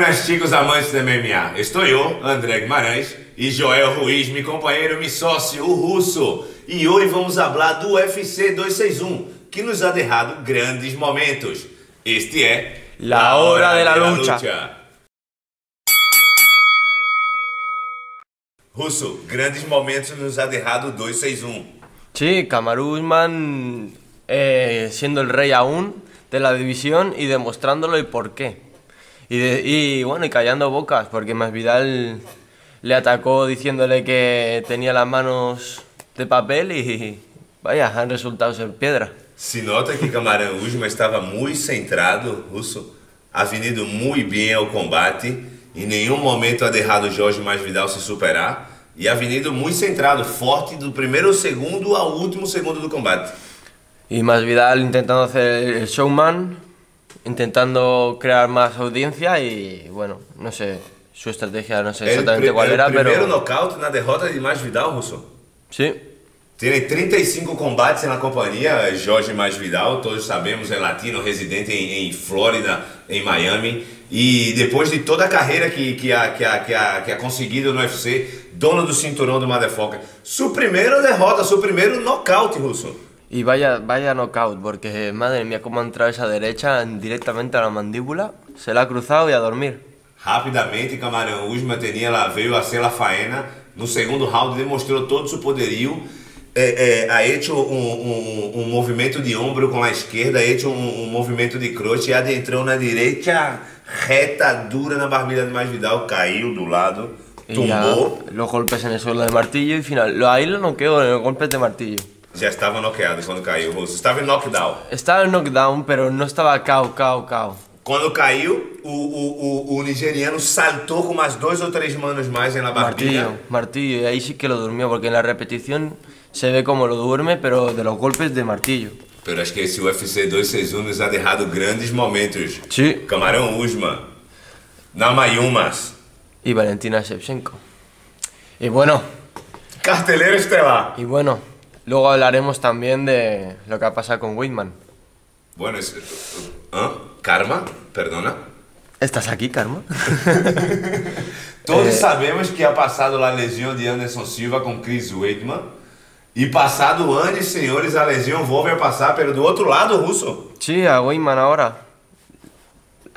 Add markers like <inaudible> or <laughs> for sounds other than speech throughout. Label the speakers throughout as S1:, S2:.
S1: castigos amantes da MMA. Estou eu, André Guimarães, e Joel Ruiz, meu companheiro, meu sócio, o russo. E hoje vamos falar do UFC 261, que nos ha deixado grandes momentos. Este é
S2: La Hora de la Lucha.
S1: Russo, grandes momentos nos ha deixado 261.
S2: Sí, Kamaru Usman eh, siendo el rey aún de la división y demostrándolo y por qué. Y, de- y, bueno, y callando bocas, porque Masvidal le atacó diciéndole que tenía las manos de papel y vaya, han resultado ser piedra.
S1: Se nota que Camarão Usma estava muito centrado, Russo, ha venido muito bem ao combate, em nenhum momento ha deixado Jorge Masvidal se superar, e ha venido muito centrado, forte do primeiro segundo ao último segundo do combate.
S2: Y Masvidal intentando hacer el showman, intentando crear más audiencia y bueno, no sé, su estrategia no sé exactamente
S1: pri-
S2: cuál
S1: era
S2: era,
S1: o primeiro
S2: pero...
S1: nocaute na derrota de Masvidal, Russo.
S2: Sí,
S1: Tem 35 combates na companhia, Jorge Masvidal, todos sabemos, é latino, residente em, em Flórida, em Miami. E depois de toda a carreira que, que, a, que, a, que, a, que a conseguido no UFC, dono do cinturão do Motherfucker. Sua primeira derrota, seu primeiro nocaute, Russo.
S2: Y vaya, vaya knockout, porque madre mía, cómo ha entrado esa derecha directamente a la mandíbula, se la ha cruzado y a dormir.
S1: Rapidamente, Camarão Usma Tenia lá veio a ser la faena. No segundo round, demonstrou todo o seu poderio. É, é, ha hecho um, um- um movimento de ombro com a esquerda, ha hecho um, um movimento de croche, adentrou na direita, reta, dura na barbilha de Masvidal, caiu do lado,
S2: Y ya
S1: tombou,
S2: los golpes en el suelo de martillo y final. Lo, ahí lo noqueo en los golpes de martillo.
S1: já estava noqueado quando caiu, Russo. Estava em knockdown.
S2: Estaba en knockdown, pero no estaba cao, cao, cao.
S1: Quando caiu, o, o- o- o nigeriano saltou com mais dois ou três manos mais na barbilha.
S2: Martillo, martillo, y ahí sí que lo durmió, porque en la repetición se ve cómo lo duerme, pero de los golpes de martillo.
S1: Pero acho que esse UFC 261 nos ha deixado grandes momentos.
S2: Sí.
S1: Camarão Usman, Namayumas,
S2: Y Valentina Shevchenko. Y bueno,
S1: Carteleira Estelar.
S2: y bueno, luego hablaremos también de lo que ha pasado con Whitman.
S1: Bueno, esse- hã? Karma, perdona.
S2: ¿Estás aquí, Karma?
S1: Todos sabemos que ha passado a lesão de Anderson Silva com Chris Weidman. E passado anos, senhores, a lesão volve a passar pelo do outro lado, Russo.
S2: Sí, a Weyman ahora.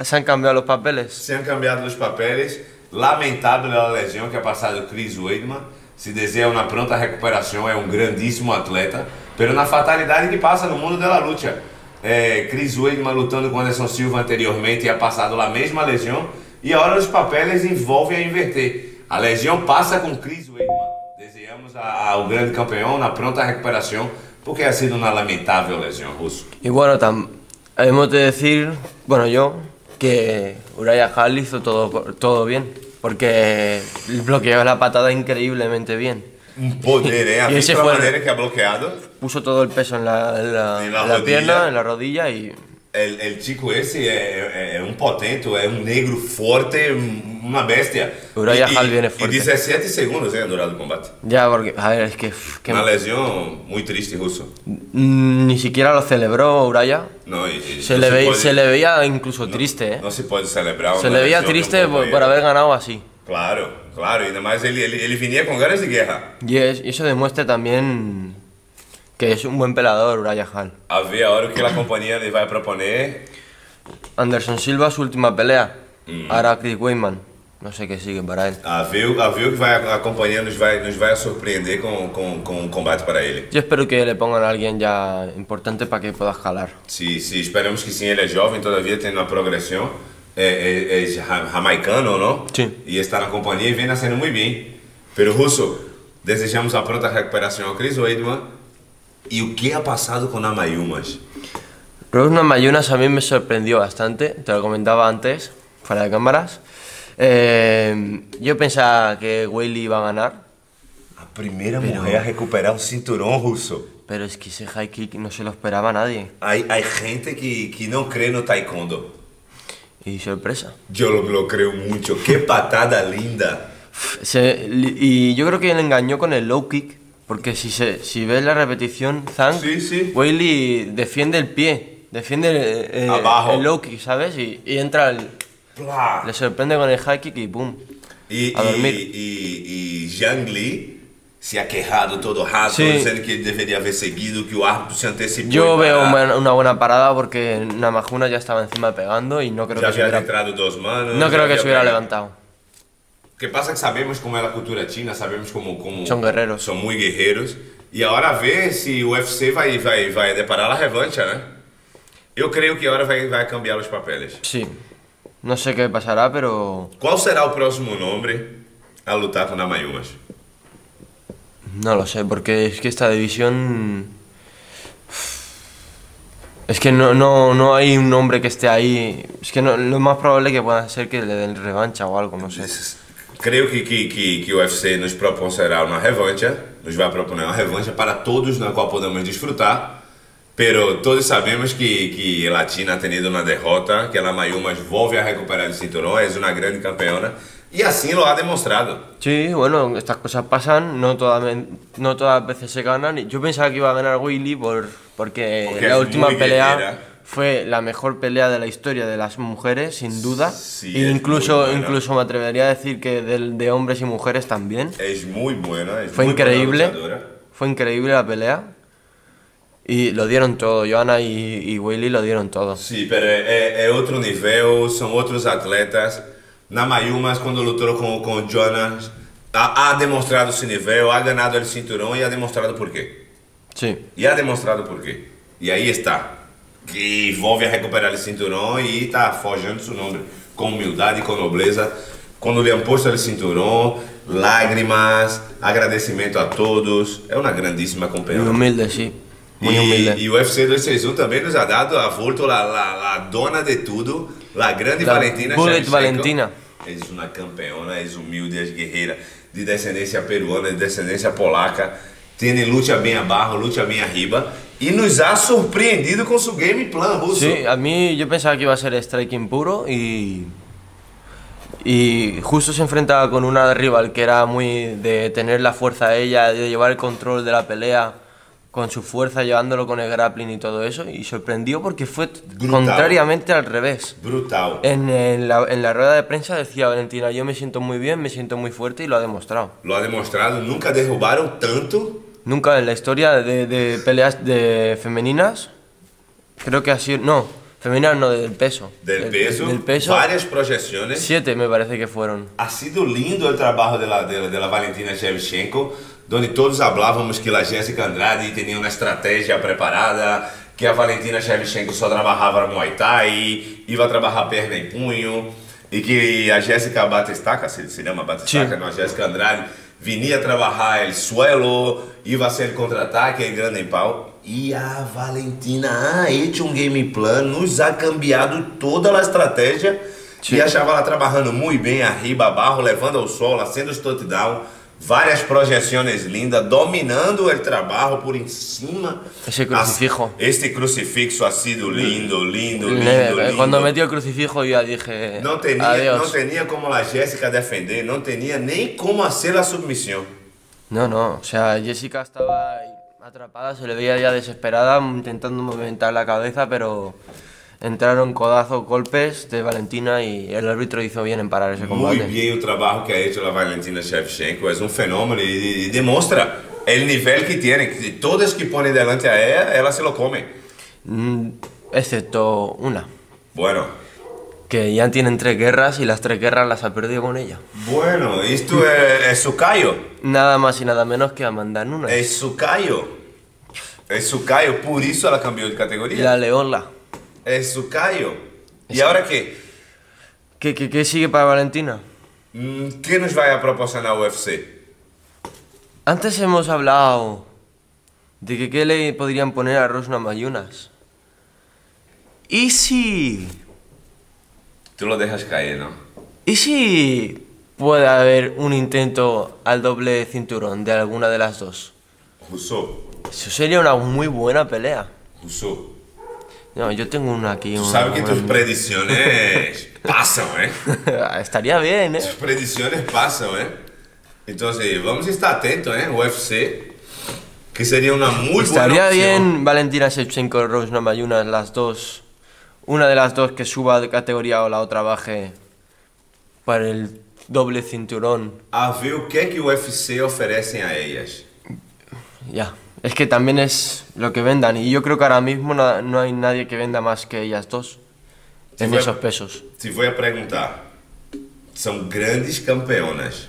S2: Se han cambiado los papeles.
S1: Sem cambiado os papéis, lamentável é a lesão que ha passado Chris Weidman. Se deseja uma pronta recuperação, é um grandíssimo atleta. Pero na fatalidade que passa no mundo da luta. É, Chris Weidman lutando com Anderson Silva anteriormente ha passado a mesma lesão. E agora os papéis envolvem a inverter. A lesão passa com Chris Weidman. Desejamos a- ao grande campeão na pronta recuperação, porque ha sido uma lamentável lesão russo.
S2: Y bueno, tam- hemos de decir, bueno, yo, que Uraya Hall hizo todo, todo bien. Porque bloqueó la patada increíblemente bien.
S1: Um poder, <laughs> é? A
S2: E esse
S1: mesma
S2: foi-
S1: maneira que é bloqueado.
S2: Puso todo el peso en la, en la-
S1: En la
S2: en la
S1: rodilla.
S2: pierna, en la rodilla y.
S1: El, el chico esse é, é, é um potente, é um negro forte, um- uma bestia.
S2: Uriah
S1: E-
S2: Hall
S1: e-
S2: viene forte.
S1: E 17 segundos, eh, hein, durante o combate.
S2: Ya, porque. A ver, es que. pff, que-
S1: Uma lesão muito triste, russo.
S2: mm, ni siquiera lo celebró Uraya.
S1: Não, e- e
S2: Se,
S1: não
S2: le, ve-
S1: pode-
S2: se le veía incluso triste, ¿eh?
S1: Não se pode celebrar
S2: Se
S1: uma
S2: le veía
S1: lesão de um
S2: triste por,
S1: companheiro.
S2: por haber ganado así.
S1: Claro, claro, ainda mais ele, ele, ele vinha com ganas de guerra.
S2: Y es- y eso demuestra también que es un buen pelador Uraya Hall.
S1: A ver a hora o que a companhia lhe vai proponer.
S2: Anderson Silva, su última pelea. Ahora Chris Weyman. No sé qué sigue para él.
S1: A ver, o- a ver o que vai, a companhia nos vai, nos vai surpreender com, com, com um combate para ele.
S2: Yo espero que le pongan a alguien ya importante para que pueda escalar.
S1: Sim, sim, esperamos que sim. Ele é jovem, todavia tem uma progressão. É, é, é ja- jamaicano, não?
S2: Sim.
S1: E está na companhia e vem nascendo muito bem. Pelo Russo, desejamos a pronta recuperação ao Chris Weidman. E o que é passado com Namayumas?
S2: Rosna Mayunas a mí me sorprendió bastante, te lo comentaba antes, fuera de cámaras. Eh, yo pensaba que Whaley iba a ganar,
S1: A primeira mulher a recuperar um cinturão russo.
S2: pero es que ese high kick no se lo esperaba nadie.
S1: Há, há gente que, que não crê no taekwondo.
S2: Y sorpresa.
S1: Eu lo, lo creo muito. Que patada linda.
S2: Se- li- y yo creo que él engañó con el low kick, porque si, se, si ves la repetición, Zhang,
S1: Sí, sí.
S2: Weili defiende el pie, defiende el, eh,
S1: Abajo.
S2: el low kick, ¿sabes? Y, y entra el...
S1: Plá.
S2: Le sorprende con el high kick y boom.
S1: E,
S2: A
S1: e,
S2: dormir.
S1: e, e Zhang Li se aquerrado todo rato,
S2: Sim.
S1: dizendo que ele deveria haver seguido, que o árbitro se antecipou.
S2: Yo
S1: e
S2: veo
S1: parar.
S2: una, una buena parada porque Namajuna ya estaba encima pegando y no creo
S1: Já
S2: que se
S1: havia
S2: hubiera,
S1: entrado dos manos.
S2: no
S1: já
S2: creo que
S1: havia
S2: se hubiera
S1: pegado.
S2: levantado.
S1: Porque passa que sabemos como é a cultura china, sabemos como, como
S2: São guerreiros.
S1: São muito guerreiros. E a hora vê se o UFC vai vai vai deparar a revancha, né? Eu creio que a hora vai vai cambiar os papéis.
S2: Sí. No sé qué pasará, pero
S1: Qual será o próximo nome a lutar com Namayumas?
S2: no lo sé, porque es que esta división... Es que no, no, no hay un hombre que esté ahí. Es que no- lo más probable que pueda ser que le den revancha o algo, no sé.
S1: Creio que, que, que, que o UFC nos proporcionará uma revancha, nos vai proponer uma revancha para todos na qual podemos desfrutar, pero todos sabemos que, que a Latina ha tenido uma derrota, que ela Mayumas volve a recuperar o cinturão, é uma grande campeona, e assim lo ha demonstrado.
S2: Sí, bueno, estas cosas pasan, no, todas no todas veces se ganan. y Yo pensaba que iba a ganar Willy por, porque,
S1: Porque es
S2: la última
S1: muy
S2: pelea
S1: guerrera.
S2: fue la mejor pelea de la historia de las mujeres, sin duda.
S1: Sí,
S2: E
S1: es muy
S2: incluso,
S1: buena.
S2: incluso me atrevería a decir que del- de, hombres y mujeres también.
S1: És É muito buena, és
S2: Fue
S1: muito boa
S2: increíble,
S1: lutadora.
S2: fue increíble la pelea. Y lo dieron todo, Joana y, y Willy lo dieron todo.
S1: Sim, pero é, é outro nível, são outros atletas. Na Mayumas, quando lutou com, com o Jonas, ha, ha demonstrado esse nível, ha ganado o cinturão e ha demonstrado por quê.
S2: Sí,
S1: E ha demonstrado por quê. E aí está. Que volve a recuperar o cinturão e está forjando seu nome. Com humildade, com nobreza. Quando lhe han posto o cinturão, lágrimas, agradecimento a todos. É uma grandíssima
S2: muy
S1: companhia.
S2: humilde, sí. Muy humilde.
S1: E, e o UFC 261 também nos ha dado a volta, la, la, la dona de tudo, la grande
S2: La
S1: Valentina
S2: Bullet
S1: Shevchenko.
S2: Valentina.
S1: És uma campeona, és humilde, és guerreira, de descendência peruana, de descendência polaca. Tiene lucha bem abaixo, lucha bem arriba. E nos ha surpreendido com seu game plan, Russo.
S2: Sí, a mí yo pensaba que iba a ser striking puro y. Y justo se enfrentaba con una rival que era muy de tener la fuerza ella, de llevar el control de la pelea con su fuerza, llevándolo con el grappling y todo eso. Y sorprendió porque fue t-
S1: Brutal.
S2: contrariamente al revés.
S1: Brutal.
S2: En, en la, en la rueda de prensa decía Valentina, yo me siento muy bien, me siento muy fuerte y lo ha demostrado.
S1: Lo ha demonstrado, nunca derrubaram tanto.
S2: Nunca en la historia de, de peleas de femeninas, creo que ha sido... No, femeninas no, del peso.
S1: Del peso,
S2: Del peso.
S1: várias projeções.
S2: Siete me parece que fueron.
S1: Ha sido lindo o trabalho dela, dela, dela Valentina Shevchenko, onde todos falávamos que a Jéssica Andrade tinha uma estratégia preparada, que a Valentina Shevchenko só trabalhava Muay Thai, ia trabalhar perna e punho, e que a Jéssica Batistaca, se, se chama Batistaca,
S2: Sim.
S1: não, a Jéssica Andrade, vinha trabalhar el suelo, ia ser contra-ataque, el grande pau. E a Valentina ha hecho um game plan, nos ha cambiado toda a estratégia
S2: Sim.
S1: e achava ela trabalhando muito bem, arriba, abaixo, levando ao sol, sendo os touchdown, várias projeções lindas, dominando o trabalho por em cima.
S2: Esse crucifixo.
S1: As- Este crucifixo ha sido lindo, lindo, lindo,
S2: Le-
S1: lindo.
S2: eh, cuando metió el crucifijo ya dije
S1: Não tinha, não
S2: adiós.
S1: tinha como a Jéssica defender, não tinha nem como hacer a submissão.
S2: No, no, o sea, Jessica estaba atrapada, se le veía ya desesperada intentando movimentar la cabeza, pero entraron codazos, golpes de Valentina y el árbitro hizo bien en parar ese
S1: Muito
S2: combate.
S1: bem o trabalho que ha hecho a Valentina Shevchenko, é um fenômeno e, e demonstra o nível que tem, que todas que põem delante a ela, ela se lo come.
S2: Mm, Excepto una,
S1: Bueno,
S2: que ya tienen tres guerras y las tres guerras las ha perdido con ella.
S1: Bueno, isto é, é sucaio.
S2: Nada más y nada menos que Amanda Nunes.
S1: É sucaio. É sucaio, por isso ela cambiou de categoria.
S2: La Leola.
S1: É sucaio. E agora que?
S2: ¿Qué, qué, qué sigue para Valentina?
S1: Hum, que nos vai proporcionar o UFC?
S2: Antes hemos hablado de que qué le podrían poner a Rosna Mayunas. ¿Y si?
S1: Tu lo dejas cair, não?
S2: ¿Y si puede haber un intento al doble cinturón de alguna de las dos?
S1: Rousseau,
S2: Eso sería una muy buena pelea.
S1: Rousseau.
S2: No, yo tengo una aquí.
S1: Tu
S2: una-
S1: sabe que tuas
S2: <laughs>
S1: predições passam, hein?
S2: Estaría bien, ¿eh?
S1: As predições passam, hein? Então, assim, vamos estar atentos, hein? O UFC, que seria uma muito boa
S2: Estaría
S1: opção.
S2: bien Valentina Shevchenko, Rosna Mayunas, las dos. Una de las dos que suba de categoría o la otra baje para el doble cinturón.
S1: a ver o que é que o UFC oferecem a elas.
S2: Ya. Es que también es lo que vendan. Y yo creo que ahora mismo na- no hay nadie que venda más que ellas dos.
S1: Sí,
S2: En
S1: fue-
S2: esos pesos.
S1: Se vou a perguntar, são grandes campeonas.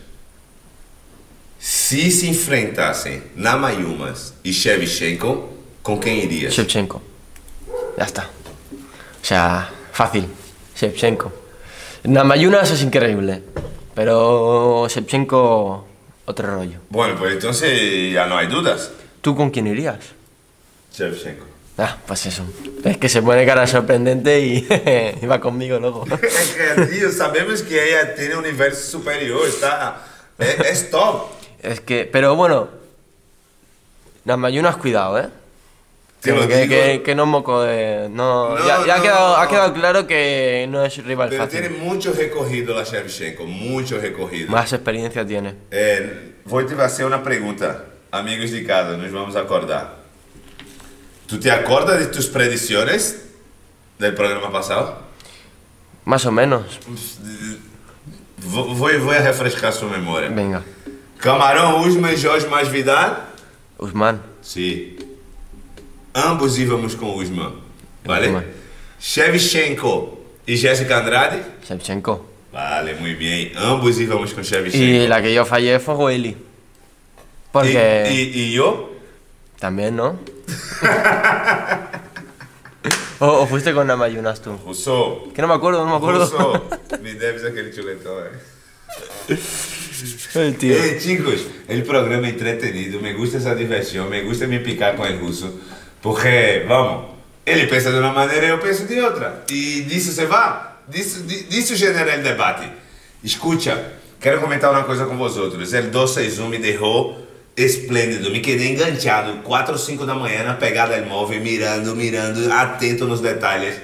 S1: Se se enfrentassem Namayumas e Shevchenko, com quem irias?
S2: Shevchenko. Ya está. O sea, fácil. Shevchenko. Namayunas es increíble. Pero Shevchenko, otro rollo.
S1: Bueno, pues entonces ya no hay dudas.
S2: ¿Tú con quién irías?
S1: Shevchenko.
S2: Ah, pues eso. Es que se pone cara sorprendente y, y <laughs> va conmigo luego.
S1: <laughs> É, que, tio, sabemos que ela tem um universo superior, está. É, é top.
S2: Es que, pero bueno. Namayunas, cuidado, ¿eh?
S1: Te lo
S2: que,
S1: digo.
S2: que- que no moco de. No,
S1: No,
S2: ya, ya
S1: no,
S2: ha, quedado,
S1: no,
S2: ha
S1: no.
S2: quedado claro que no es rival
S1: Pero
S2: fácil.
S1: tiene mucho recorrido la Shevchenko, mucho recorrido.
S2: Más experiencia tiene.
S1: É, vou te fazer uma pergunta. Amigos de casa, nos vamos acordar. Tu te acordas de tus predições do programa passado?
S2: Más o menos.
S1: Vou, vou, vou refrescar sua memória.
S2: Venga.
S1: Camarão, Usman e Jorge Masvidal?
S2: Usman.
S1: Sim. Ambos íamos com Usman. Vale?
S2: Usman.
S1: Shevchenko e Jéssica Andrade?
S2: Shevchenko.
S1: Vale, muito bem. Ambos íamos com Shevchenko.
S2: Y la que yo fallé fue Goeli. Porque.
S1: e, e, e eu?
S2: También, ¿no? <laughs> o, o fuiste con Namayunas tú.
S1: Rousseau.
S2: Que no me acuerdo, no me acuerdo.
S1: Russo, me deves aquele chuletão, né?
S2: <laughs> El tío.
S1: Eh, chicos, el programa entretenido, me gusta esa diversión, me gusta me picar con el ruso, porque, vamos, él piensa de una manera y yo pienso de otra. Y disso se va, disso, di- disso genera el debate. Escucha, quero comentar uma coisa com vosotros. El 261 me dejó esplêndido, me quedei enganchado, 4 ou 5 da manhã na pegada del móvel, mirando, mirando, atento nos detalhes.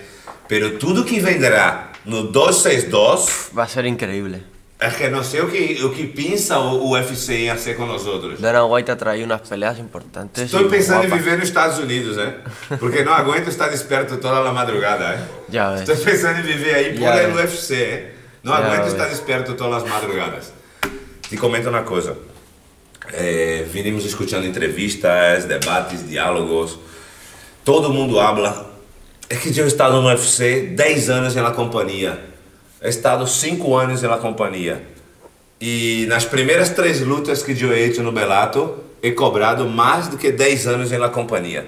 S1: Pero tudo que venderá no 262...
S2: Va a ser increíble.
S1: É que não sei o que, o que pensa o o UFC em ser com nós outros.
S2: Dana White ha traído unas peleas importantes.
S1: Estou
S2: y
S1: pensando em
S2: guapas.
S1: viver nos Estados Unidos, né? Porque não aguento estar desperto toda a madrugada, né?
S2: Ya ves.
S1: Estou pensando em viver aí por
S2: Já
S1: aí
S2: ves.
S1: no UFC, né? Não
S2: Já
S1: aguento
S2: ves.
S1: estar desperto todas as madrugadas. Te comento uma coisa. É, vinimos escutando entrevistas, debates, diálogos. Todo mundo habla. É que eu estado no UFC 10 anos na companhia. He estado 5 anos na companhia. E nas primeiras três lutas que eu he hecho no Bellator, he cobrado mais do que 10 anos na companhia.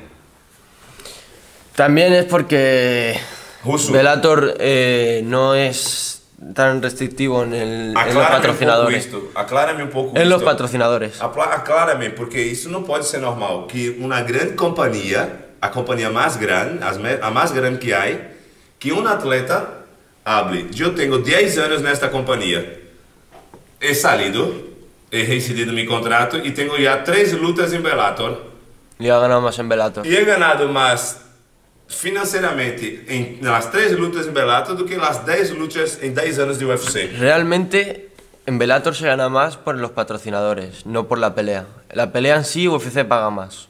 S2: También es porque
S1: Russo.
S2: Velator eh, no es tan restrictivo en, el- en los
S1: Aclara-me um pouco
S2: patrocinadores.
S1: isto. Aclara-me um pouco
S2: en los
S1: isto.
S2: patrocinadores.
S1: Apla- Aclara-me, porque isso não pode ser normal. Que uma grande companhia, a companhia mais grande, as me- a mais grande que há, que um atleta abre. Eu tenho 10 anos nesta companhia. He salido, he rescindido meu contrato e tenho já três lutas em Bellator.
S2: Y ha ganado más en Velator.
S1: E he ganado mais financeiramente em, nas três lutas em Bellator do que nas 10 lutas em 10 anos de UFC.
S2: Realmente en Velator se gana más por los patrocinadores, no por la pelea. La pelea en sí UFC paga más.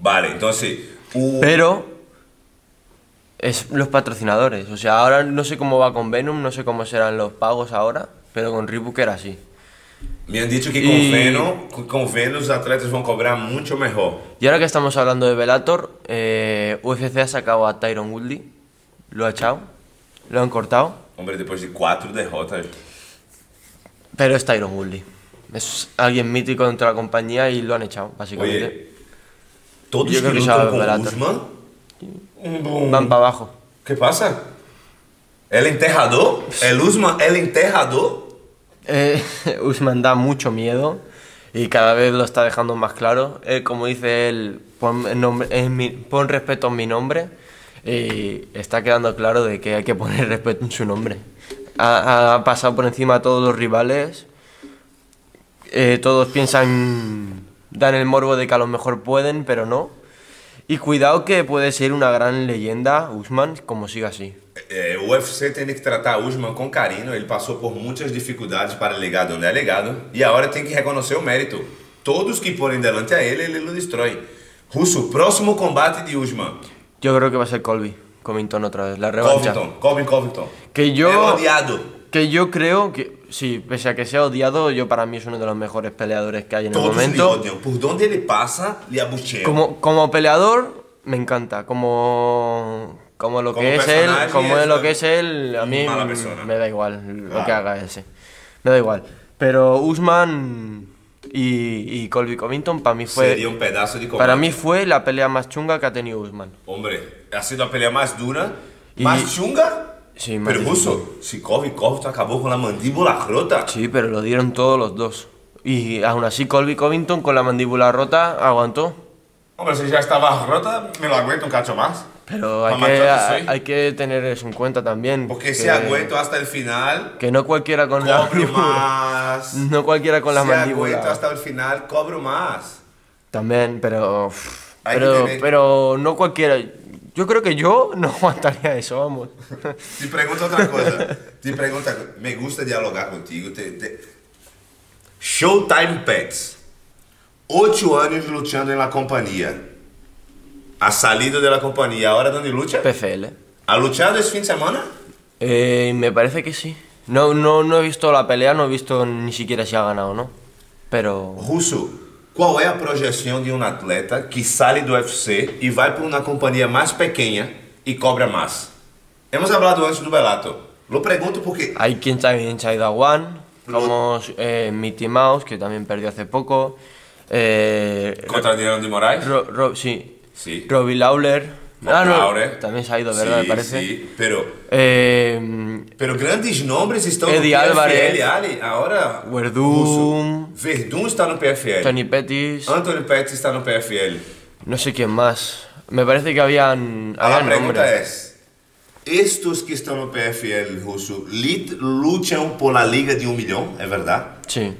S1: Vale, então o
S2: Pero es los patrocinadores. O sea, ahora no sé cómo va con Venom, no sé cómo serán los pagos ahora, pero con Reebok era así.
S1: Me han dicho que
S2: Y-
S1: con, Venom, con Venom los atletas van a cobrar mucho mejor.
S2: Y ahora que estamos hablando de Velator, eh, UFC ha sacado a Tyron Woodley, lo ha echado, lo han cortado,
S1: Hombre, depois de quatro derrotas.
S2: pero es Tyron Woodley. Es alguien mítico dentro de la compañía y lo han echado, básicamente.
S1: Oye, todos
S2: Yo
S1: que
S2: creo que
S1: lutam
S2: sabe
S1: com
S2: barato.
S1: Guzmán.
S2: Van para abajo.
S1: ¿Qué pasa? ¿El enterrador? ¿El Usman? ¿El enterrador?
S2: Eh, <laughs> Usman da mucho miedo y cada vez lo está dejando más claro. Eh, como dice él, pon, el nombre- en mi- pon respeto en mi nombre y está quedando claro de que hay que poner <laughs> respeto en su nombre. Ha, ha pasado por encima a todos los rivales. Eh, todos piensan, dan el morbo de que a lo mejor pueden, pero no. Y cuidado que puede ser una gran leyenda, Usman, como siga así.
S1: É, o UFC tem que tratar Usman com carinho. Ele passou por muitas dificuldades para legado onde é legado. E agora tem que reconhecer o mérito. Todos que porem delante a ele, ele o destrói. Russo, próximo combate de Usman.
S2: Yo creo que va a ser Colby, Covington otra vez, la revancha.
S1: Covington, Colvin Covington.
S2: Que yo-
S1: É odiado.
S2: que yo creo que, sí, pese a que sea odiado, yo para mí es uno de los mejores peleadores que hay en el
S1: Todos le
S2: momento.
S1: odiam. Por donde ele passa, le abuchean.
S2: Como, como peleador, me encanta. Como, como lo
S1: Como
S2: que es él,
S1: personaje
S2: como
S1: es
S2: lo
S1: una-
S2: que es él, a mí
S1: mala persona. Ah.
S2: me da igual lo que
S1: Claro.
S2: haga ese. Me da igual. Pero Usman y, y Colby Covington para mí fue...
S1: Sería un um pedaço de combate.
S2: Para mí fue la pelea más chunga que ha tenido Usman.
S1: Hombre, é assim ha sido la pelea más dura,
S2: Y-
S1: más chunga.
S2: Sí, más
S1: pero
S2: chunga.
S1: ruso, si Kobe Covington acabó con la mandíbula rota.
S2: Sí, pero lo dieron todos los dos. Y aún así Colby Covington con la mandíbula rota aguantó.
S1: Hombre, si ya estaba rota, me lo aguento un cacho más.
S2: Pero hay
S1: Mamá,
S2: que,
S1: ¿sabes soy?
S2: hay que tener eso en cuenta también.
S1: Porque
S2: que-
S1: si aguento hasta el final,
S2: Que no cualquiera con la
S1: cobro más.
S2: No cualquiera con la
S1: si aguento
S2: mandíbula.
S1: hasta el final, cobro más.
S2: También, pero. uff,
S1: Hay que
S2: Pero,
S1: tener-
S2: pero no cualquiera. Yo creo que yo no <laughs> aguantaría eso, vamos.
S1: Te pregunto otra cosa. te pregunta, me gusta dialogar contigo. te- te- Showtime Pets. Ocho años luchando en la compañía. Ha salido de la compañía. Ahora donde lucha.
S2: PCL.
S1: ¿Ha luchado este fin de semana?
S2: Eh, me parece que sí. No, no, no he visto la pelea, no he visto ni siquiera si ha ganado o no. Pero.
S1: Russo, qual é a projeção de um atleta que sai do UFC e vai para uma companhia mais pequena e cobra mais? Hemos hablado antes do Bellator. Lo pergunto porque
S2: Hay quien también se ha ido a One, como eh, Mighty Mouse, que también perdió hace poco. Eh,
S1: contra Adriano de Moraes?
S2: Ro- Ro- sí.
S1: Sí.
S2: Robbie Lawler.
S1: Mark
S2: Ah, no,
S1: Laurer.
S2: También se ha ido, ¿verdad?
S1: Sí,
S2: Me parece.
S1: Sí, pero
S2: Eh,
S1: pero grandes nomes estão no
S2: Eddie Álvarez.
S1: PFL, Ali. Agora Russo.
S2: Verdum.
S1: Verdum está no PFL.
S2: Tony Pettis.
S1: Anthony Pettis está no PFL.
S2: No sé quién más. Me parece que habían.
S1: A
S2: habían
S1: pergunta
S2: Ah, nombres.
S1: é: estes que estão no PFL russo lit- lutam por la liga de um milhão, é verdade?
S2: Sí.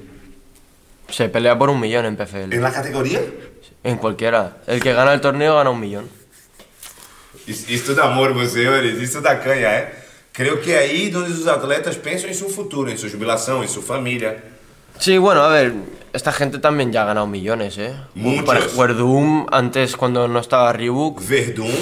S2: Se pelea por un millón en PFL.
S1: Em la categoria?
S2: En cualquiera. El que gana el torneo gana un millón.
S1: Is- Isto dá amor, meus senhores, isto dá canha, é? Creio que é aí onde os atletas pensam em seu futuro, em sua jubilação, em sua família.
S2: Sí, bueno, a ver, esta gente también ya ha ganado millones, ¿eh?
S1: Muchos.
S2: Por ejemplo, Verdum, antes cuando no estaba Reebok,
S1: Verdun,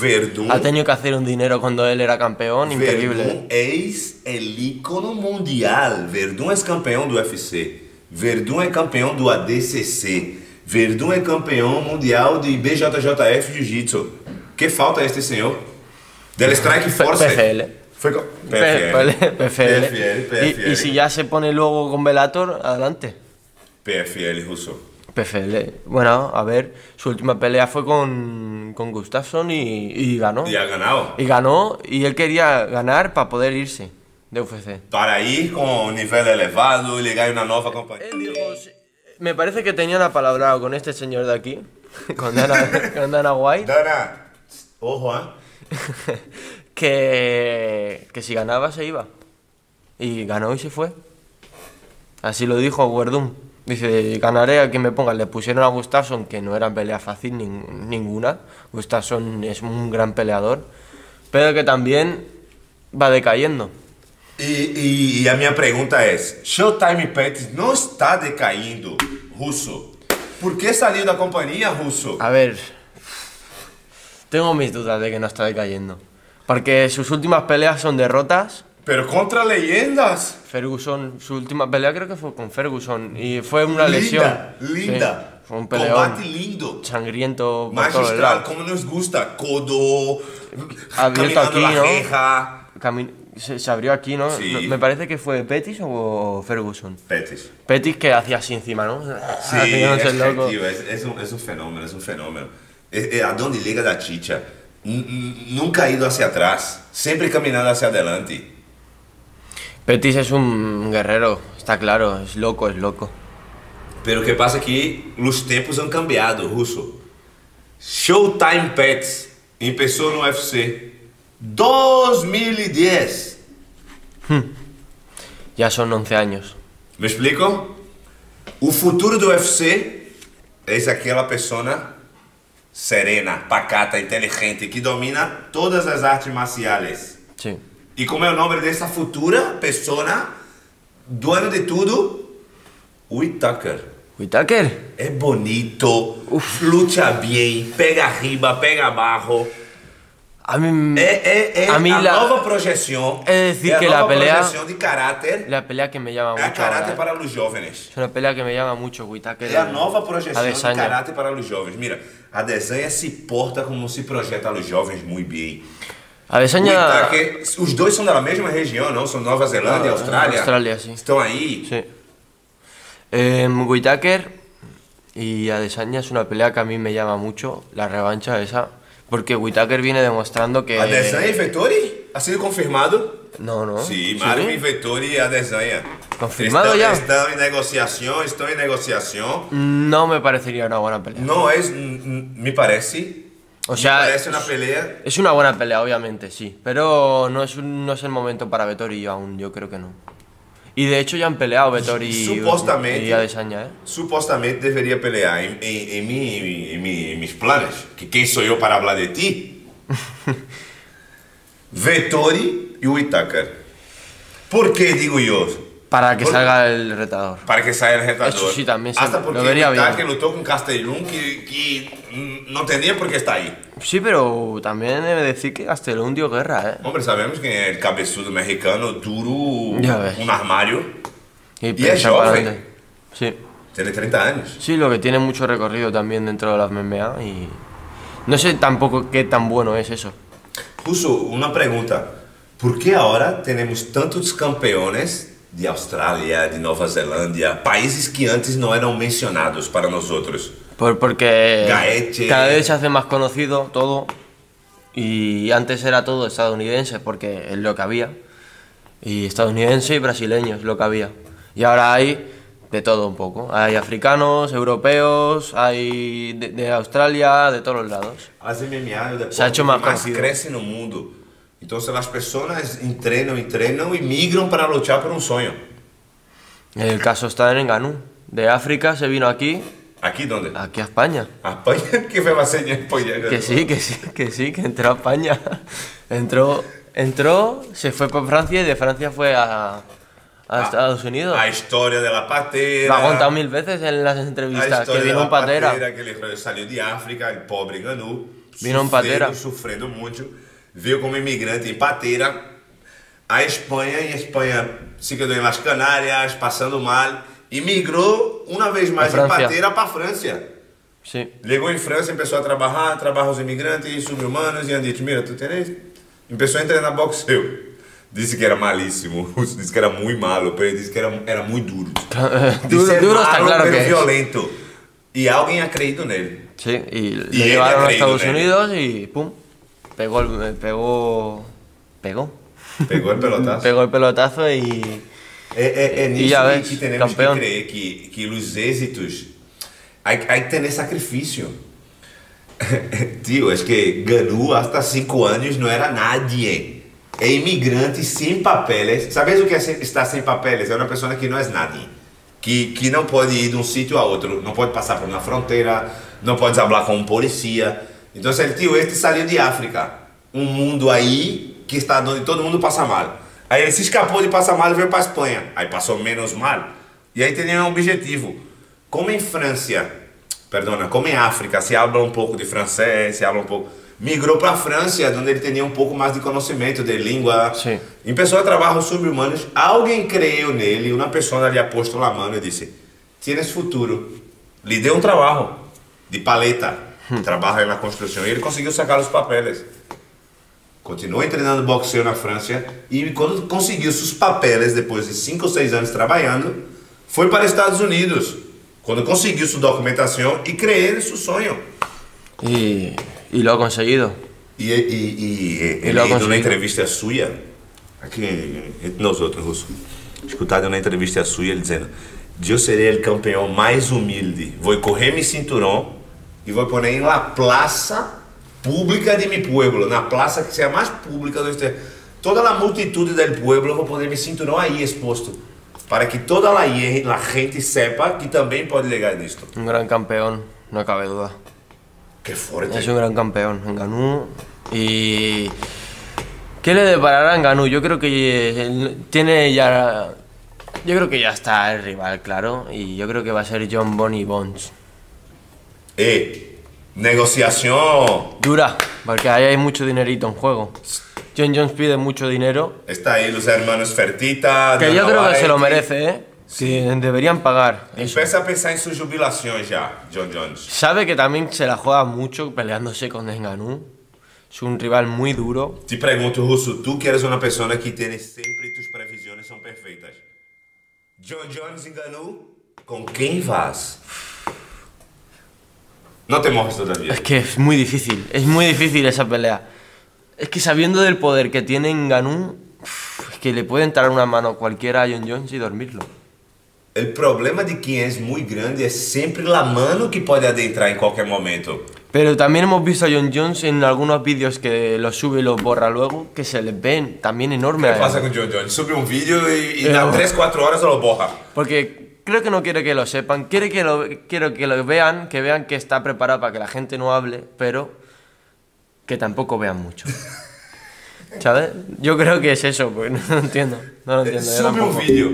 S1: Verdun,
S2: ha tenido que hacer un dinero cuando él era campeón, increíble.
S1: Verdun ex el ícono mundial. Verdun é campeão do UFC. Verdun é campeão do ADCC. Verdun é campeão mundial de BJJF Jiu-Jitsu. Que falta este senhor? Del Strike Force.
S2: PFL.
S1: Foi co-
S2: PFL, PFL.
S1: PFL,
S2: Y, y si ya se pone luego con Velator, adelante.
S1: PFL russo.
S2: PFL. Bueno, a ver, su última pelea fue con, con Gustafsson y, y ganó.
S1: E ha ganado.
S2: Y ganó y él quería ganar para poder irse de UFC.
S1: Para ir com nível elevado e ligar em uma nova companhia.
S2: Él dijo, "Sí". me parece que tenían apalabrado con este señor de aquí, <laughs> con Dana, con Dana White,
S1: Dana. ¿ah? Ô, Juan.
S2: <laughs> que, que si ganaba se iba. Y ganó y se fue. Así lo dijo Werdum. Dice, ganaré a quien me pongan. Le pusieron a Gustafsson, que no era pelea fácil nin- ninguna. Gustafsson es un gran peleador, pero que también va decayendo.
S1: E, e- e a minha pergunta é: Showtime Pets não está decaindo, Russo? Por que saiu da companhia, Russo?
S2: A ver, tengo mis dudas de que no está decayendo. Porque sus últimas peleas son derrotas.
S1: Pero contra leyendas.
S2: Ferguson, su última pelea creo que fue con Ferguson y fue una lesión.
S1: Linda, linda.
S2: Sí, fue un peleón
S1: Combate lindo.
S2: sangriento por todos los
S1: Magistral,
S2: lados.
S1: como nos gusta. Codo,
S2: Abierto
S1: caminando
S2: aquí,
S1: la
S2: ¿no?
S1: reja.
S2: Cami- se, se abrió aquí, ¿no?
S1: Sí.
S2: No, Me parece que fue Pettis o Ferguson.
S1: Pets.
S2: Pettis que hacía así encima, Ah, ¿no? <laughs>
S1: Sí,
S2: Haciéndose
S1: es
S2: el loco.
S1: creativo, es, es un, es un fenómeno, es un fenómeno. Es- es a donde llega la chicha, n- n- nunca ha ido hacia atrás, siempre caminando hacia adelante.
S2: Pettis es un guerrero, está claro, es loco, es loco.
S1: Pero o que passa é que os tempos han cambiado, Russo. Showtime Pets começou no UFC 2010.
S2: Ya son 11 años.
S1: Me explico? O futuro do UFC é aquela pessoa serena, pacata, inteligente, que domina todas as artes marciais.
S2: Sí.
S1: E como é o nome dessa futura pessoa, dono de tudo? Will Tucker.
S2: Whitaker.
S1: É bonito, luta bem, pega riba, pega barro.
S2: A mí,
S1: Eh. É, é, é
S2: a mí la,
S1: nova projeção.
S2: É decir
S1: a
S2: que
S1: nova
S2: la pelea-
S1: projeção de caráter.
S2: la pelea que me llama
S1: É a
S2: mucho. ahora,
S1: caráter
S2: eh.
S1: para os jovens.
S2: Es una pelea que me llama mucho, Guita. Que
S1: É a nova projeção de
S2: Adesanya.
S1: caráter para os jovens. Mira, a desenha se porta como se projeta aos jovens muito bem.
S2: Adesanya-
S1: Whittaker, os dois são da mesma região, não? São Nova Zelândia,
S2: Ah,
S1: Austrália.
S2: Austrália, sim.
S1: Estão aí.
S2: Sí. Eh, Whittaker y Adesanya es una pelea que a mí me llama mucho, la revancha esa, porque Whittaker viene demostrando que...
S1: A desenha e Vettori? Ha sido confirmado?
S2: No, no.
S1: Sim, Mário e Vettori e a desenha.
S2: Confirmado
S1: estão,
S2: já?
S1: Estão em negociação, estão em negociação.
S2: No me parecería una buena pelea.
S1: Não é, n- n- me parece.
S2: O sea,
S1: Parece uma peleia.
S2: es una buena pelea, obviamente, sí, pero no es, un- no es el momento para Vettori yo aún, yo creo que no. Y de hecho ya han peleado Vettori y,
S1: Supostamente.
S2: y Adesanya, ¿eh?
S1: supostamente deveria pelear em, em, em, mim- em, mim- em meus planos, que quem sou eu para falar de
S2: <laughs>
S1: ti? Vettori e o Whittaker. Por que digo eu?
S2: Para que
S1: Por-
S2: salga el retador.
S1: Para que saia o retador.
S2: Isso sim, também, sim.
S1: Hasta porque o
S2: Eu veria bem.
S1: Whittaker lutou com Castellum, que, que hum, não entendia por que está aí.
S2: Sí, pero también debe decir que Gastelum dio guerra, ¿eh?
S1: Hombre, sabemos quem é o cabeçudo mexicano, duro,
S2: Já ves.
S1: um armário.
S2: Y,
S1: es
S2: pensa para
S1: joven.
S2: adelante. Sí.
S1: Tem 30 anos.
S2: Sí, lo que tiene mucho recorrido también dentro de las MMA y no sé tampoco qué tan bueno es eso.
S1: Russo, uma pergunta. Por que agora temos tantos campeões de Austrália, de Nova Zelândia, países que antes não eram mencionados para nós outros?
S2: Por- porque
S1: Gaethje.
S2: cada vez se hace más conocido todo y antes era todo estadounidense porque es lo que había y estadounidense y brasileños lo que había y ahora hay de todo un poco hay africanos europeos hay de, de Australia de todos los lados
S1: As MMA é o
S2: Se
S1: deporte que
S2: ha hecho más
S1: mais
S2: conocido.
S1: cresce no mundo. Então, as pessoas treinam e treinam e migram para lutar por um sonho.
S2: el caso está en Ngannou de África se vino aquí
S1: Aqui, onde?
S2: aquí a España
S1: A Espanha, que foi você em Espanha?
S2: Ah. Que sí, que sí, que sí, que entró a España. <laughs> Entró, entró, se fue por Francia y de Francia fue a, a Estados Unidos.
S1: A história da
S2: Lo ha contado
S1: pateira.
S2: mil veces en las
S1: A
S2: entrevistas, que
S1: história
S2: vino
S1: da
S2: un patera.
S1: Patera, que ele saiu de África, o pobre Ganu.
S2: Virou um
S1: sofrendo,
S2: patera.
S1: Sofrendo muito. Veio como imigrante em Pateira. A Espanha, e a Espanha se quedou em Las Canárias, passando mal. E migrou uma vez mais
S2: Pra
S1: em
S2: França.
S1: Pateira para a França.
S2: Sí,
S1: Chegou em França, começou a trabalhar, trabalha os imigrantes, sub-humanos, e han dito, mira, tu tens... Começou a entrar na boxe eu. Disse que era malíssimo, <laughs> disse que era muito malo, pero ele disse que era, era muito duro.
S2: <laughs> Duro-
S1: Disse,
S2: duro está
S1: "Malo,
S2: claro
S1: pero
S2: que é. es".
S1: violento. E alguém acredita nele.
S2: sí, y le
S1: Y él
S2: llevaron
S1: ha
S2: a
S1: creído
S2: Estados
S1: en él.
S2: Unidos y pum, pegó, el- pegó, pegó,
S1: Pegou o pelotazo.
S2: pegó el pelotazo y
S1: É, é, é nisso
S2: já
S1: que-
S2: ves,
S1: que temos
S2: campeão.
S1: que crer, que, que os êxitos, aí aí tem sacrifício. <laughs> Tio, acho que Ganu, hasta 5 anos, não era nadie. É imigrante sem papéis. Sabes o que é sem- estar sem papéis? É uma pessoa que não é nadie. Que, que não pode ir de um sítio a outro, não pode passar por uma fronteira, não pode falar com um policia. Então, se ele tio, este saiu de África, um mundo aí que está onde todo mundo passa mal. Aí ele se escapou de passar mal e veio para Espanha. Aí passou menos mal. E aí tem um objetivo. Como em França, perdona, como em África, se habla um pouco de francês, se habla um pouco. Migrou para a França, onde ele tinha um pouco mais de conhecimento de língua.
S2: Sim.
S1: Em pessoa trabalham sub-humanos, alguém creu nele, uma pessoa lhe apostou a mão e disse: Tienes futuro. Lhe deu um trabalho de paleta, trabalha na construção, e ele conseguiu sacar os papéis. Continuou treinando boxeio na França e quando conseguiu seus papéis depois de 5 ou 6 anos trabalhando, foi para os Estados Unidos. Quando conseguiu sua documentação e creer em seu sonho.
S2: y, y lo ha conseguido.
S1: E, e, e, e
S2: Ele
S1: ele deu
S2: a conseguiu.
S1: na entrevista sua, aqui entre nós outros, Russo, escutado na entrevista sua ele dizendo: Eu serei o campeão mais humilde, vou correr meu cinturão e vou pôr em la plaça pública de mi pueblo, na plaça que seja mais pública do este. Toda a multitude del pueblo, eu vou pôr meu cinturão aí exposto, para que toda a gente sepa que também pode ligar nisto.
S2: Un gran campeón, no cabe duda.
S1: Que forte.
S2: Es un gran campeón, Ngannou. Y. ¿Qué le deparará a Ngannou? Yo creo que él tiene ya. Yo creo que ya está el rival, claro. Y yo creo que va a ser John Bonnie Bones.
S1: Eh, E negociação.
S2: Dura, Porque ahí hay mucho dinerito en juego. John Jones pide mucho dinero.
S1: Está ahí los hermanos Fertita.
S2: Que
S1: Dana
S2: yo creo que se lo
S1: White.
S2: merece, ¿eh? Sí. deberían pagar. eso.
S1: Empieza a pensar en su jubilación ya, John Jones.
S2: Sabe que también se la juega mucho peleándose con Ngannou. Es un rival muy duro.
S1: Te pergunto, Russo, tú que eres una persona que tiene sempre tus previsiones são perfeitas. John Jones enganou? Com quem vas? Não te morres todavía.
S2: Es que es muy difícil, es muy difícil esa pelea. Es que sabiendo del poder que tiene Ngannou, uf, es que le puede entrar una mano cualquiera a John Jones y dormirlo.
S1: O problema de quem é muito grande é sempre a mano que pode adentrar em qualquer momento.
S2: Pero también hemos visto a John Jones en algunos vídeos que los sube y los borra luego, que se les ven también enorme. a él.
S1: Passa com o John Jones, sube um vídeo e, e
S2: É. Eu-
S1: dá 3, 4 horas ou borra.
S2: Porque creo que no quiere que lo sepan, quiere que lo, quiero que lo vean, que vean que está preparado para que la gente no hable, pero que tampoco vean mucho. ¿Sabes? Yo creo que es eso, porque no lo entiendo. No lo entiendo. yo
S1: Sube um
S2: tampoco.
S1: vídeo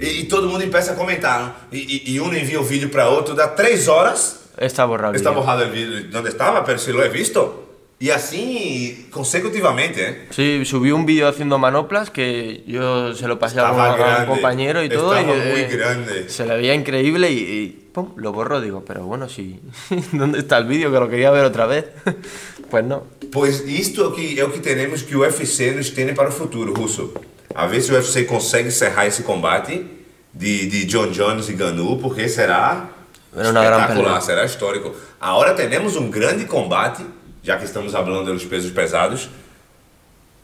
S1: e, e todo mundo começa a comentar. E, e, e um envia o vídeo para outro, dá 3 horas
S2: Está borrado. el
S1: Está
S2: vídeo.
S1: borrado el vídeo donde estaba, pero si lo he visto. Y así consecutivamente, ¿eh?
S2: Sí, subí un vídeo haciendo manoplas que yo se lo pasé a
S1: Estaba
S2: algún- a
S1: grande,
S2: un compañero y todo.
S1: estaba
S2: y,
S1: muy grande.
S2: Se le veía increíble y, y, pum, lo borró. Digo, pero bueno, sí. <laughs> ¿Dónde está el vídeo? Que lo quería ver otra vez. <laughs> pues no.
S1: Pois isto é o que, é o que teremos que o UFC nos tem para o futuro, Russo. A ver se o UFC consegue encerrar esse combate de, de John Jones e Ganu, porque será
S2: Era uma grande
S1: espetacular,
S2: pelea.
S1: será histórico. Agora temos um grande combate, já que estamos falando dos pesos pesados,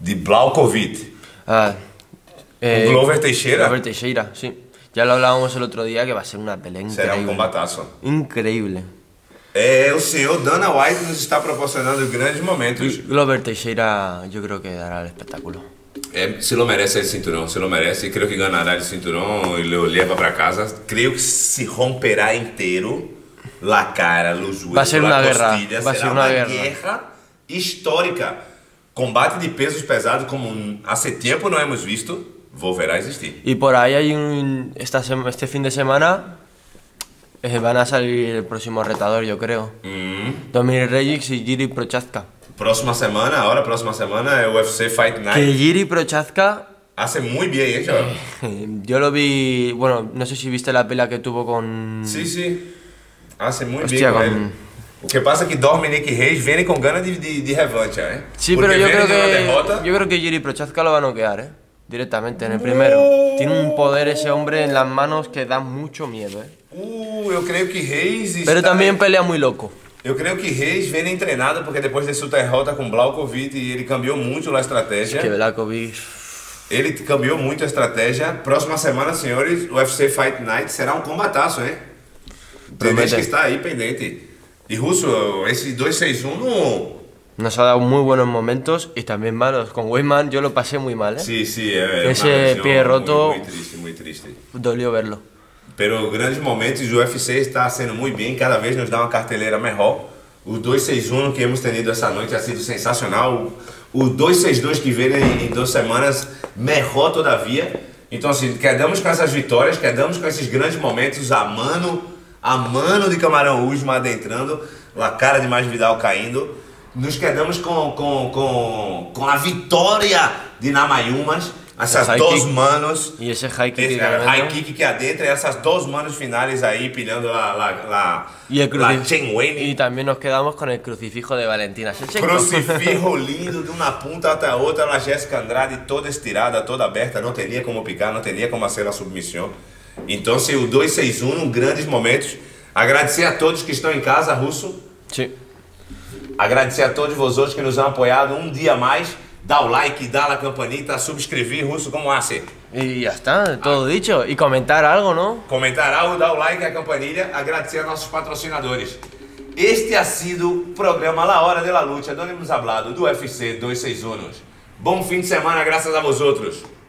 S1: de Blaukovic.
S2: Ah, eh,
S1: Glover Teixeira.
S2: Glover Teixeira, sí. Ya lo hablábamos el otro día que va a ser una pelea
S1: Será um
S2: increíble.
S1: combataço.
S2: increíble.
S1: É, o senhor Dana White nos está proporcionando grandes momentos.
S2: Glover Teixeira yo creo que dará el espectáculo.
S1: É, se lo merece el cinturão, se lo merece. Creio que ganhará o cinturão e lo leva para casa. Creio que se romperá inteiro la cara, los huevos,
S2: Va a ser
S1: la
S2: una guerra,
S1: costilla.
S2: va a
S1: Será
S2: ser una guerra.
S1: histórica. Combate de pesos pesados como um- há tempo não hemos visto, volverá a existir.
S2: Y por ahí hay un. Esta sema- este fin de semana eh, van a salir el próximo retador, yo creo.
S1: Mm.
S2: Dominic Reyes y Giri Prochazka.
S1: Próxima semana, agora próxima semana é o UFC Fight
S2: Que
S1: Night.
S2: Giri Prochazka, <laughs>
S1: Hace muito bem, hein, João?
S2: yo lo vi. Bueno, no sé si viste la pelea que tuvo con.
S1: Sim, sim. Hace muito bem
S2: Hum. Hostia,
S1: com
S2: com-
S1: ele. O que passa é que Dominic Reis vem com gana de, de, de revancha, né?
S2: Sí,
S1: Porque
S2: pero yo
S1: vem
S2: creo
S1: de uma derrota.
S2: que. Yo creo que Giri Prochazka lo va a noquear, ¿eh? Directamente en el primero. Tiene un poder ese hombre en las manos que da mucho miedo, ¿eh?
S1: Uh, eu creio que Reis está...
S2: Pero también pelea muy loco.
S1: Eu creio que Reis vem treinado porque depois de sua derrota com Blaukovic ele cambiou muito a estratégia.
S2: Que Velakovic.
S1: Ele cambiou muito a estratégia. Próxima semana, senhores, o UFC Fight Night será um combataço, hein? Tem gente
S2: Promete.
S1: que está aí pendente. E Russo, esse 261 não...
S2: Nos ha dado muy buenos momentos y también malos. Con Wayman yo lo pasé muy mal, ¿eh?
S1: Sim, sim, é, é
S2: Esse
S1: uma lesão
S2: pé roto-
S1: Muito, muito triste, muito triste.
S2: Dolió verlo.
S1: Pelo grandes momentos, o UFC está sendo muito bem, cada vez nos dá uma carteleira melhor. O 261 que hemos tenido essa noite ha sido sensacional. O 262 que vem em, em duas semanas, melhor todavia. Então, assim, quedamos com essas vitórias, quedamos com esses grandes momentos, a mano, a mano de Camarão Usma adentrando, a cara de Mais Vidal caindo. Nos quedamos com, com, com, com a vitória de Namayumas, essas
S2: Essa aí
S1: dois
S2: que-
S1: manos.
S2: Y esse high kick
S1: Esse,
S2: tremendo.
S1: high kick que adentra e essas duas manos finais aí pilhando lá lá lá
S2: Y, el
S1: lá
S2: cruci-
S1: Chen né?
S2: y
S1: Wen.
S2: también nos quedamos con el crucifijo de Valentina Shevchenko.
S1: Crucifijo lindo de uma ponta até a outra, a Jéssica Andrade toda estirada, toda aberta, não teria como picar, não teria como hacer a submissão. Então, se o 261, grandes momentos. Agradecer a todos que estão em casa, Russo.
S2: Sí.
S1: Agradecer a todos vocês que nos han apoiado um dia mais. Dá o like, dá a campanita, subscrever, Russo, como hace.
S2: Y ya está, todo dicho. Y comentar algo, ¿no?
S1: comentar algo, dar o like, a campanilha, agradecer a nossos patrocinadores. Este ha sido o programa La Hora de la Lucha, donde hemos hablado do UFC 261. Bom fim de semana, graças a vós outros.